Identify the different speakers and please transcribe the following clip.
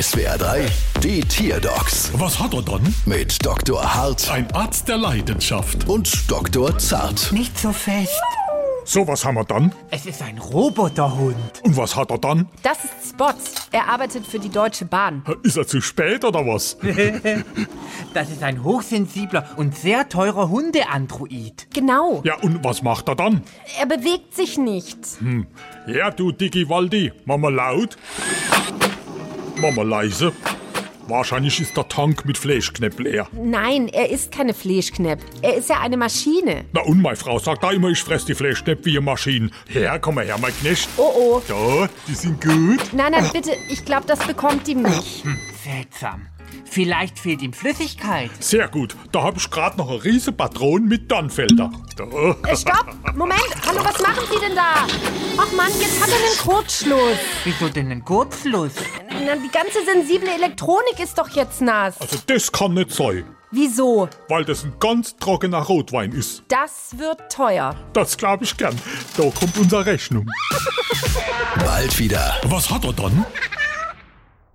Speaker 1: SWR 3, die Tierdocs
Speaker 2: Was hat er dann?
Speaker 1: mit Dr. Hart
Speaker 2: Ein Arzt der Leidenschaft.
Speaker 1: und Dr. Zart.
Speaker 3: Nicht so fest.
Speaker 2: So, was haben wir dann?
Speaker 3: Es ist ein Roboterhund.
Speaker 2: Und was hat er dann?
Speaker 4: Das ist Spots. Er arbeitet für die Deutsche Bahn.
Speaker 2: Ist er zu spät oder was?
Speaker 3: Das ist ein hochsensibler und sehr teurer Hundeandroid.
Speaker 4: Genau.
Speaker 2: Ja, und was macht er dann?
Speaker 4: Er bewegt sich nicht.
Speaker 2: Ja, du Dicky Waldi, Mama laut. Mama leise. Wahrscheinlich ist der Tank mit Fleischknepp leer.
Speaker 4: Nein, er ist keine Fleischknepp. Er ist ja eine Maschine.
Speaker 2: Na und, meine Frau sagt da immer, ich fress die Fleischknepp wie eine Maschine. Her, komm mal her, mein Knecht.
Speaker 4: Oh oh.
Speaker 2: Da, die sind gut.
Speaker 4: Nein, nein, bitte. Ich glaube, das bekommt ihm nicht.
Speaker 3: Seltsam. Vielleicht fehlt ihm Flüssigkeit.
Speaker 2: Sehr gut, da hab ich gerade noch eine riese Patron mit Dornfelder. Da.
Speaker 4: Äh, Stopp! Moment! Hallo, was machen Sie denn da? Ach Mann, jetzt hat er einen Kurzschluss.
Speaker 3: Wieso denn ein Kurzschluss?
Speaker 4: Na, die ganze sensible Elektronik ist doch jetzt nass.
Speaker 2: Also das kann nicht sein,
Speaker 4: Wieso?
Speaker 2: weil das ein ganz trockener Rotwein ist.
Speaker 4: Das wird teuer.
Speaker 2: Das glaube ich gern. Da kommt unsere Rechnung.
Speaker 1: Bald wieder.
Speaker 2: Was hat er dann?